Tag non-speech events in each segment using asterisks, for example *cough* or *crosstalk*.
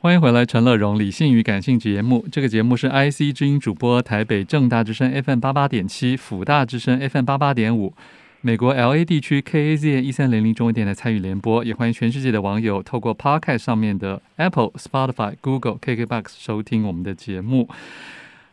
欢迎回来，《陈乐融理性与感性》节目。这个节目是 IC 之音主播，台北正大之声 FM 八八点七，辅大之声 FM 八八点五，美国 LA 地区 KAZN 一三零零中文电台参与联播。也欢迎全世界的网友透过 Podcast 上面的 Apple、Spotify、Google、KKBox 收听我们的节目。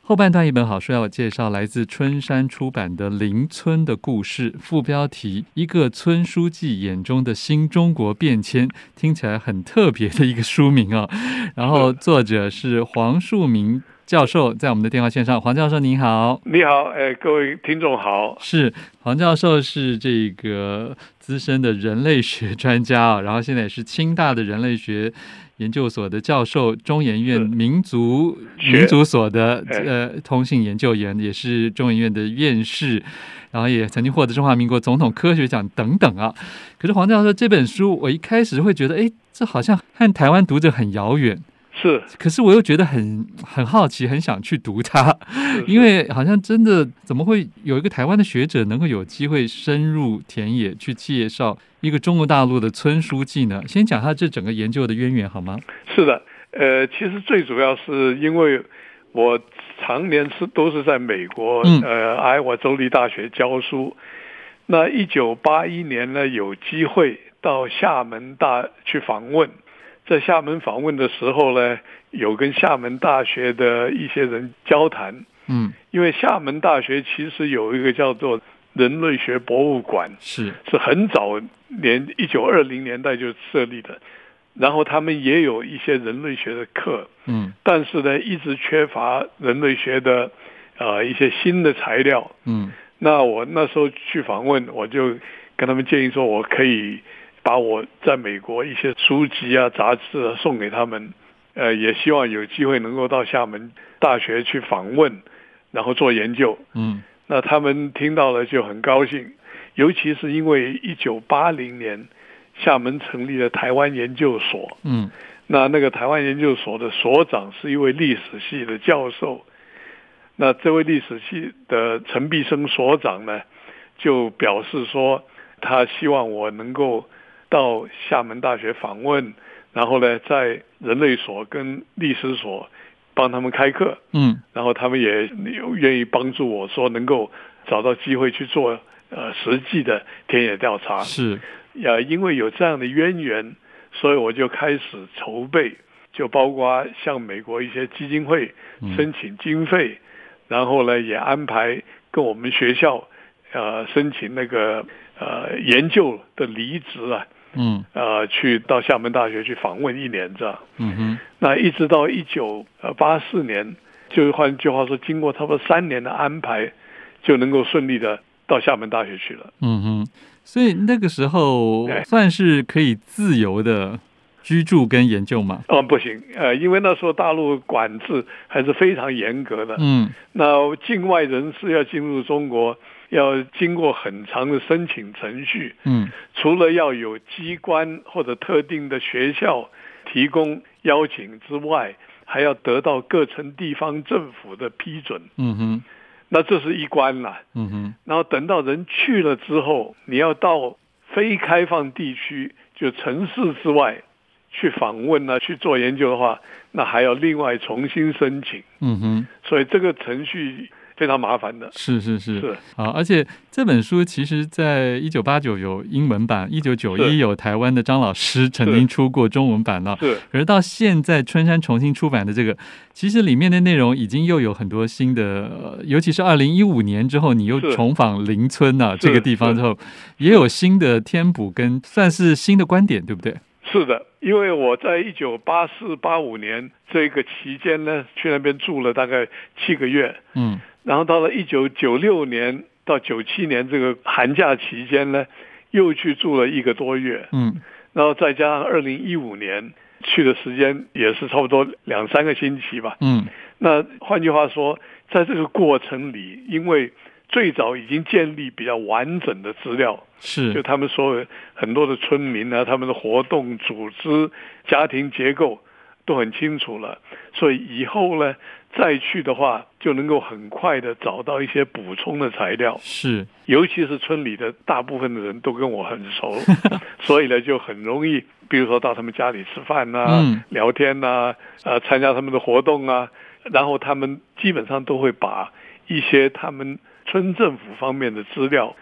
后半段一本好书要介绍来自春山出版的《邻村的故事》，副标题“一个村书记眼中的新中国变迁”，听起来很特别的一个书名啊。然后作者是黄树明教授，在我们的电话线上，黄教授您好，你好，哎，各位听众好。是黄教授是这个资深的人类学专家啊， *laughs* 然后现在也是清大的人类学研究所的教授，中研院是民族学民族所的哎呃通信研究员，也是中研院的院士，然后也曾经获得中华民国总统科学奖等等啊。可是黄教授这本书，我一开始会觉得，哎，这好像和台湾读者很遥远。是，可是我又觉得很很好奇，很想去读它，是因为好像真的怎么会有一个台湾的学者能够有机会深入田野去介绍一个中国大陆的村书记呢？先讲他这整个研究的渊源好吗？是的，呃，其实最主要是因为我常年是都是在美国，嗯呃，爱华州立大学教书。那一九八一年呢，有机会到厦门大去访问，在厦门访问的时候呢，有跟厦门大学的一些人交谈，嗯，因为厦门大学其实有一个叫做人类学博物馆。是，是很早年一九二零年代就设立的，然后他们也有一些人类学的课，嗯但是呢，一直缺乏人类学的呃一些新的材料。嗯那我那时候去访问，我就跟他们建议说，我可以把我在美国一些书籍啊、杂志啊送给他们，呃，也希望有机会能够到厦门大学去访问，然后做研究。嗯那他们听到了就很高兴，尤其是因为一九八零年厦门成立了台湾研究所，嗯那那个台湾研究所的所长是一位历史系的教授，那这位历史系的陈必生所长呢，就表示说他希望我能够到厦门大学访问，然后呢，在人类所跟历史所帮他们开课。嗯然后他们也愿意帮助我说能够找到机会去做呃实际的田野调查嗯，。是，呃，因为有这样的渊源，所以我就开始筹备，就包括向美国一些基金会嗯申请经费，然后呢也安排跟我们学校呃申请那个呃研究的离职啊，嗯呃去到厦门大学去访问一年这样。嗯哼，那一直到一九呃八四年，就换句话说，经过差不多三年的安排，就能够顺利的到厦门大学去了。嗯哼，所以那个时候哎算是可以自由的居住跟研究嘛。哦，不行，呃，因为那时候大陆管制还是非常严格的，嗯那境外人士要进入中国，要经过很长的申请程序，嗯除了要有机关或者特定的学校提供邀请之外，还要得到各城地方政府的批准，嗯哼那这是一关啦。嗯哼然后等到人去了之后，你要到非开放地区，就城市之外去访问啊，去做研究的话，那还要另外重新申请，嗯哼，所以这个程序非常麻烦的。是是是。是好，而且这本书其实，在一九八九有英文版，一九九一是有台湾的张老师曾经出过中文版了。是可是到现在，春山重新出版的这个，其实里面的内容已经又有很多新的，呃、尤其是二零一五年之后，你又是重访邻村啊是这个地方是之后，也有新的添补跟算是新的观点，对不对？是的，因为我在一九八四八五年这个期间呢，去那边住了大概七个月，嗯然后到了一九九六年到九七年这个寒假期间呢，又去住了一个多月。嗯然后再加上二零一五年去的时间也是差不多两三个星期吧。嗯那换句话说，在这个过程里，因为最早已经建立比较完整的资料，就是他们所有很多的村民啊，他们的活动组织、家庭结构。都很清楚了，所以以后呢再去的话，就能够很快的找到一些补充的材料。是尤其是村里的大部分的人都跟我很 *laughs* 熟，所以呢就很容易，比如说到他们家里吃饭呐、啊嗯聊天呐、呃参加他们的活动啊，然后他们基本上都会把一些他们村政府方面的资料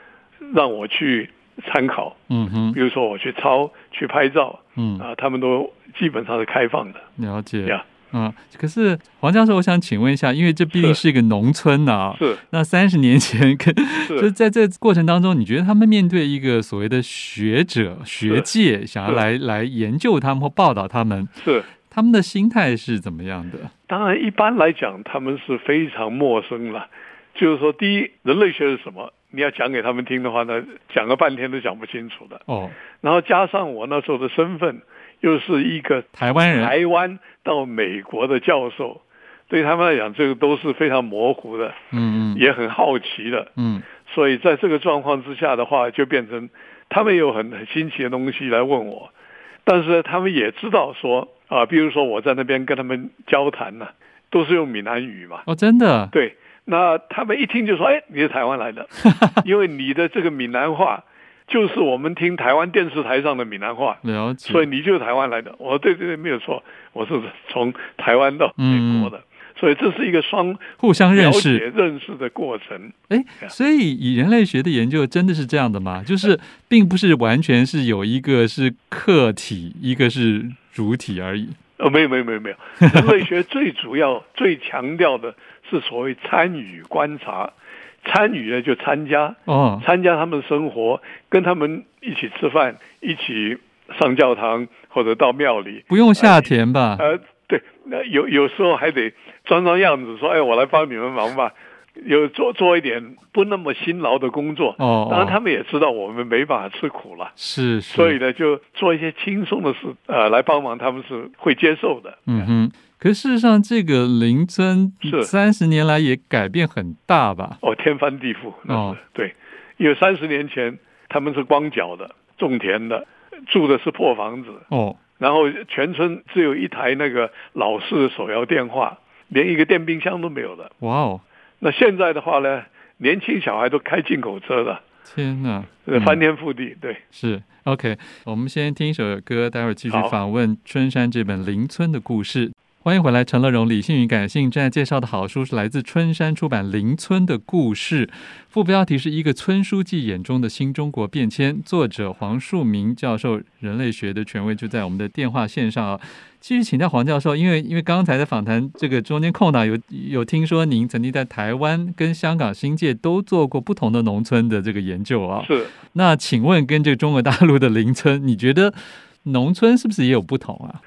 让我去参考，嗯哼比，如说我去抄、去拍照嗯，啊，他们都基本上是开放的了解呀。。嗯，可是黄教授，我想请问一下，因为这毕竟是是一个农村呐、是那三十年前跟 *laughs* 就是在这过程当中，你觉得他们面对一个所谓的学者、学界想要是来来研究他们或报道他们，是，他们的心态是怎么样的？当然一般来讲他们是非常陌生了。就是说，第一，人类学是什么？你要讲给他们听的话呢，讲了半天都讲不清楚的。哦，然后加上我那时候的身份，又是一个台湾人，台湾到美国的教授，对他们来讲，这个都是非常模糊的，嗯嗯也很好奇的。嗯，所以在这个状况之下的话，就变成他们有很很新奇的东西来问我，但是呢，他们也知道说啊，比如说我在那边跟他们交谈呢、都是用闽南语嘛，哦，真的，对，那他们一听就说，哎，你是台湾来的，因为你的这个闽南话就是我们听台湾电视台上的闽南话，了解，所以你就是台湾来的。我说对对对，没有错，我是从台湾到美国的，所以这是一个双互相了认解识。认识的过程。哎，啊所以以人类学的研究真的是这样的 *laughs* 吗？就是并不是完全是有一个是客体，一个是主体而已。呃，没有没有 *laughs* 没有没有，人类学最主要、最强调的是所谓参与观察，参与呢就参加，哦，参加他们的生活，跟他们一起吃饭，一起上教堂或者到庙里，不用下田吧？呃，对，那有有时候还得装装样子，说哎，我来帮你们忙吧，有做做一点不那么辛劳的工作。哦，当然，哦他们也知道我们没办法吃苦了，是是，所以呢，就做一些轻松的事，呃，来帮忙，他们是会接受的。嗯哼。可是事实上，这个邻村是三十年来也改变很大吧？哦，天翻地覆，那是、哦对，因为三十年前他们是光脚的，种田的，住的是破房子，哦，然后全村只有一台那个老式的手摇电话，连一个电冰箱都没有的。哇哦，那现在的话呢，年轻小孩都开进口车了，天哪！呃嗯翻天覆地，对，是 OK，我们先听一首歌，待会儿继续好访问春山这本《邻村的故事》。欢迎回来，陈乐荣、理性与感性正在介绍的好书是来自春山出版《邻村的故事》，副标题是一个村书记眼中的新中国变迁，作者黄树明教授，人类学的权威就在我们的电话线上啊。其实请教黄教授，因为因为刚才的访谈这个中间空档有有听说您曾经在台湾跟香港新界都做过不同的农村的这个研究啊，是。那请问，跟这个中国大陆的邻村，你觉得农村是不是也有不同啊？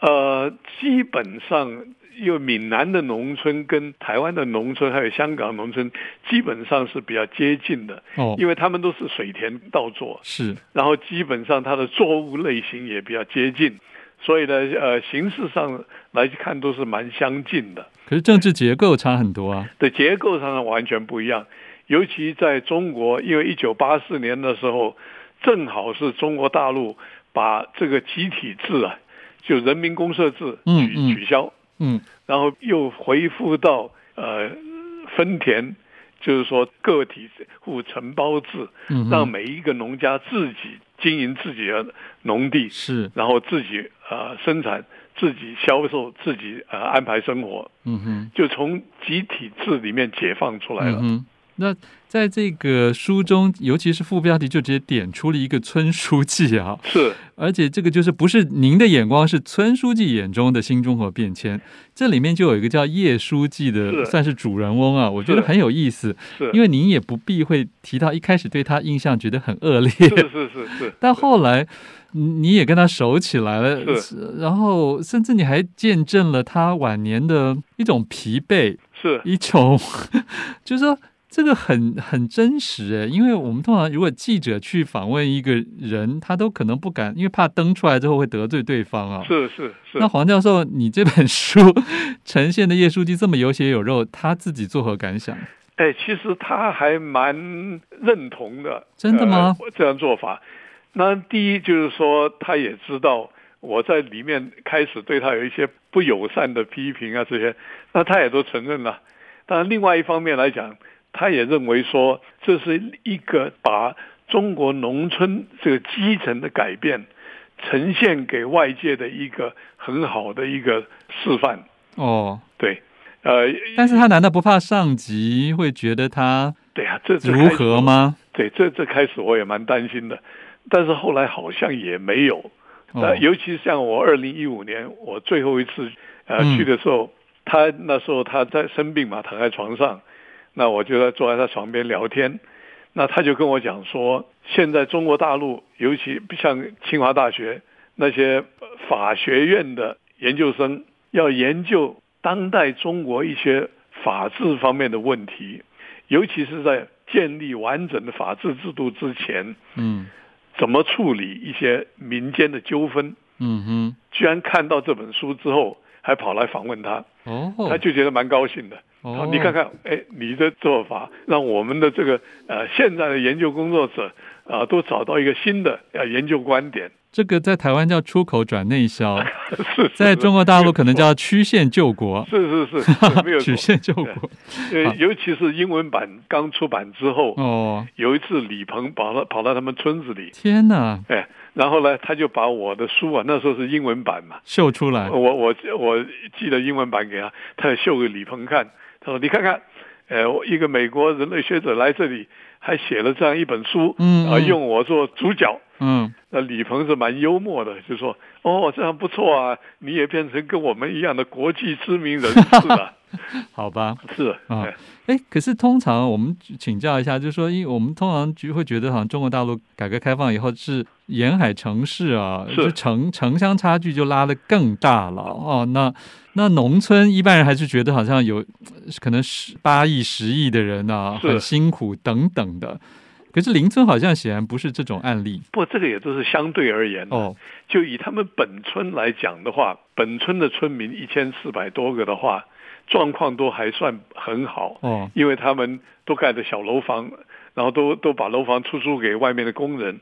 呃，基本上，因为闽南的农村跟台湾的农村还有香港农村，基本上是比较接近的，哦，因为他们都是水田稻作，是，然后基本上它的作物类型也比较接近，所以呢，呃，形式上来看都是蛮相近的。可是政治结构差很多啊。的结构上呢完全不一样。尤其在中国，因为一九八四年的时候，正好是中国大陆把这个集体制啊，就人民公社制嗯取嗯取消，嗯，然后又恢复到呃分田，就是说个体户承包制，嗯哼让每一个农家自己经营自己的农地，是，然后自己呃生产、自己销售、自己呃安排生活。嗯哼，就从集体制里面解放出来嗯了。哼。那在这个书中，尤其是副标题就直接点出了一个村书记啊， *laughs* 是而且这个就是不是您的眼光，是村书记眼中的新中国变迁。这里面就有一个叫叶书记的，是算是主人翁啊，我觉得是很有意思，是，因为为您也不避讳提到一开始对他印象觉得很恶劣，是是是是，但后来你你也跟他熟起来了，是是然后甚至你还见证了他晚年的一种疲惫，是一种 *laughs* 就是说这个很很真实诶，因为我们通常如果记者去访问一个人，他都可能不敢，因为怕登出来之后会得罪对方啊。是是是那黄教授，你这本书呈现的叶书记这么有血有肉，他自己作何感想？哎，其实他还蛮认同的，真的吗呃这样做法。那第一就是说，他也知道我在里面开始对他有一些不友善的批评啊，这些，那他也都承认了。当然，另外一方面来讲，他也认为说这是一个把中国农村这个基层的改变呈现给外界的一个很好的一个示范。哦，对，呃，但是他难道不怕上级会觉得他对啊，这这如何吗？对，这这开始我也蛮担心的，但是后来好像也没呃有。哦那尤其像我二零一五年我最后一次呃嗯去的时候，他那时候他在生病嘛，躺在床上，那我就在坐在他床边聊天，那他就跟我讲说，现在中国大陆尤其像清华大学那些呃法学院的研究生要研究当代中国一些法治方面的问题，尤其是在建立完整的法治制度之前，嗯怎么处理一些民间的纠纷。嗯居然看到这本书之后，还跑来访问他，哼，哦，他就觉得蛮高兴的。哦你看看，哎，你的做法让我们的这个呃现在的研究工作者啊、都找到一个新的呃研究观点， *laughs* 这个在台湾叫出口转内销，是是在中国大陆可能叫叫曲线救国，是 *laughs* 是是是没有曲错，线救国。呃，尤其是英文版刚出版之后，啊哦，有一次李鹏跑到跑到他们村子里，天哪，哎，然后呢，他就把我的书啊，那时候是英文版嘛，秀出来，我我我寄了英文版给他，他也秀给李鹏看，他说你看看，呃，我一个美国人类学者来这里，还写了这样一本书，嗯啊、嗯用我做主角。嗯，那李鹏是蛮幽默的，就说哦，这样不错啊，你也变成跟我们一样的国际知名人 *laughs* 士了，好吧，是啊哎哎，可是通常我们请教一下，就是说，因为我们通常就会觉得，好像中国大陆改革开放以后是沿海城市啊，是就城城乡差距就拉得更大了哦。那那农村一般人还是觉得好像有呃可能十八亿、十亿的人啊，是很辛苦等等的。可是邻村好像显然不是这种案例不过这个也都是相对而言的哦。就以他们本村来讲的话，本村的村民一千四百多个的话，状况都还算很好。哦，因为他们都盖的小楼房，然后都都把楼房出租给外面的工人，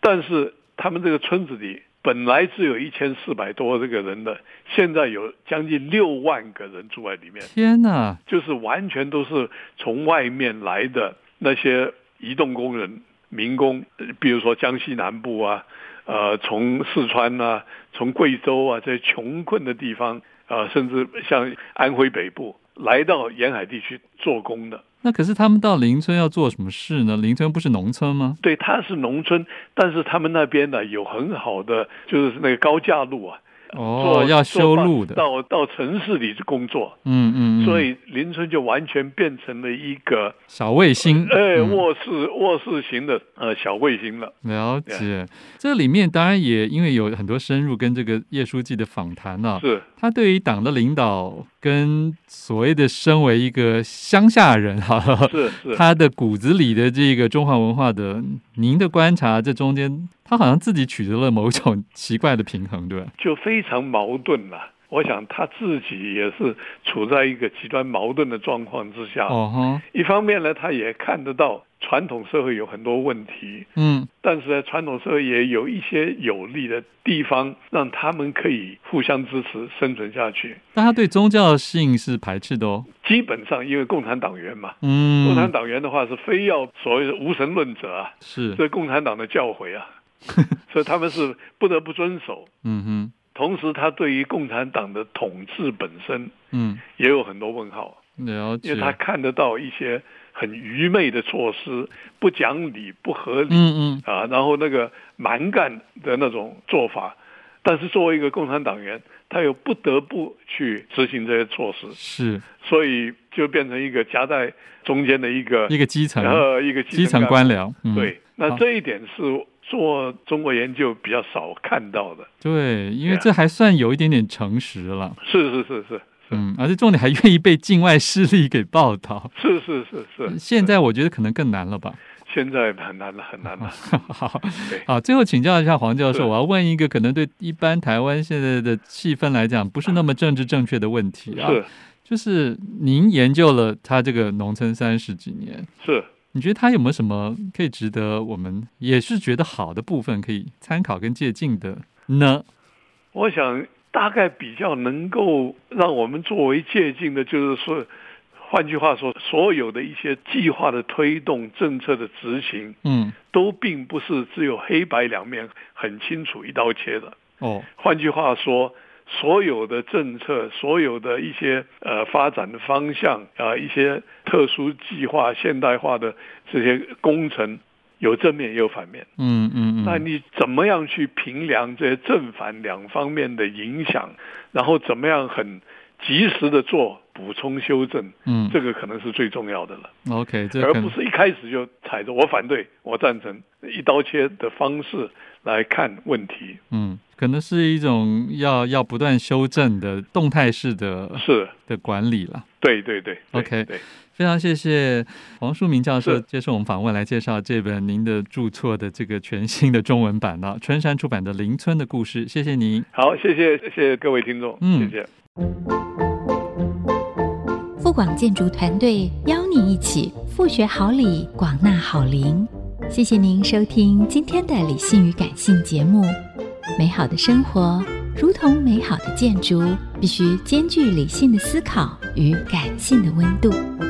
但是他们这个村子里本来只有一千四百多这个人的，现在有将近六万个人住在里面，天哪，就是完全都是从外面来的那些移动工人、民工，呃比如说江西南部啊，呃，从四川啊，从贵州啊这些穷困的地方，呃，甚至像安徽北部来到沿海地区做工的。那可是他们到邻村要做什么事呢？邻村不是农村吗？对，它是农村，但是他们那边呢有很好的，就是那个高架路啊，哦做，要修做路的，到到城市里去工作，嗯嗯，嗯所以邻村就完全变成了一个小卫星，哎嗯卧室卧室型的呃小卫星了。了解，这里面当然也因为有很多深入跟这个叶书记的访谈呢、是他对于党的领导跟所谓的身为一个乡下人哈、是 *laughs* 是，他的骨子里的这个中华文化的，您的观察，这中间他好像自己取得了某种 *laughs* 奇怪的平衡，对吧？就非常矛盾了。我想他自己也是处在一个极端矛盾的状况之下。哦哈，一方面呢，他也看得到传统社会有很多问题，嗯，但是呢，传统社会也有一些有利的地方，让他们可以互相支持生存下去。但他对宗教性是排斥的哦，基本上，因为共产党员嘛，共产嗯，党员的话是非要所谓的无神论者啊，是，这共产党的教 *laughs* 诲啊，所以他们是不得不遵守。嗯哼，同时，他对于共产党的统治本身嗯，也有很多问号，了因解，为他看得到一些很愚昧的措施、不讲理、不合理。嗯嗯，啊，然后那个蛮干的那种做法，但是作为一个共产党员，他又不得不去执行这些措施，是所以就变成一个夹在中间的一个一个基层，然后一个基基层干官僚，嗯、部。对，那好这一点是做中国研究比较少看到的。对，因为对啊这还算有一点点诚实了，是是是是嗯，而且重点还愿意被境外势力给报道。是是是是，现在我觉得可能更难了吧？ *laughs* 现在很难了很难哦了。好对，好，最后请教一下黄教是授，我要问一个可能对一般台湾现在的气氛来讲不是那么政治正确的问题啊，是就是您研究了他这个农村三十几年，是，你觉得他有没有什么可以值得我们也是觉得好的部分可以参考跟借鉴的呢？我想大概比较能够让我们作为借鉴的，就是说，换句话说，所有的一些计划的推动、政策的执行，嗯，都并不是只有黑白两面很清楚一刀切的。哦，换句话说，所有的政策、所有的一些呃发展的方向啊、一些特殊计划、现代化的这些工程，有正面也有反面。嗯嗯嗯，那你怎么样去评量这些正反两方面的影响，然后怎么样很及时的做补充修正，嗯这个可能是最重要的了， ，OK，这而可不能是一开始就踩着我反对、我赞成一刀切的方式来看问题。嗯，可能是一种要要不断修正的动态式的是，的管理了。对对对对 OK 对，非常谢谢黄淑明教授是接受我们访问，来介绍这本您的著作的这个全新的中文版了，春山出版的《邻村的故事》，谢谢您。好，谢谢谢谢各位听众，嗯谢谢。富广建筑团队邀您一起复学好礼，广纳好邻。谢谢您收听今天的理性与感性节目。美好的生活如同美好的建筑，必须兼具理性的思考与感性的温度。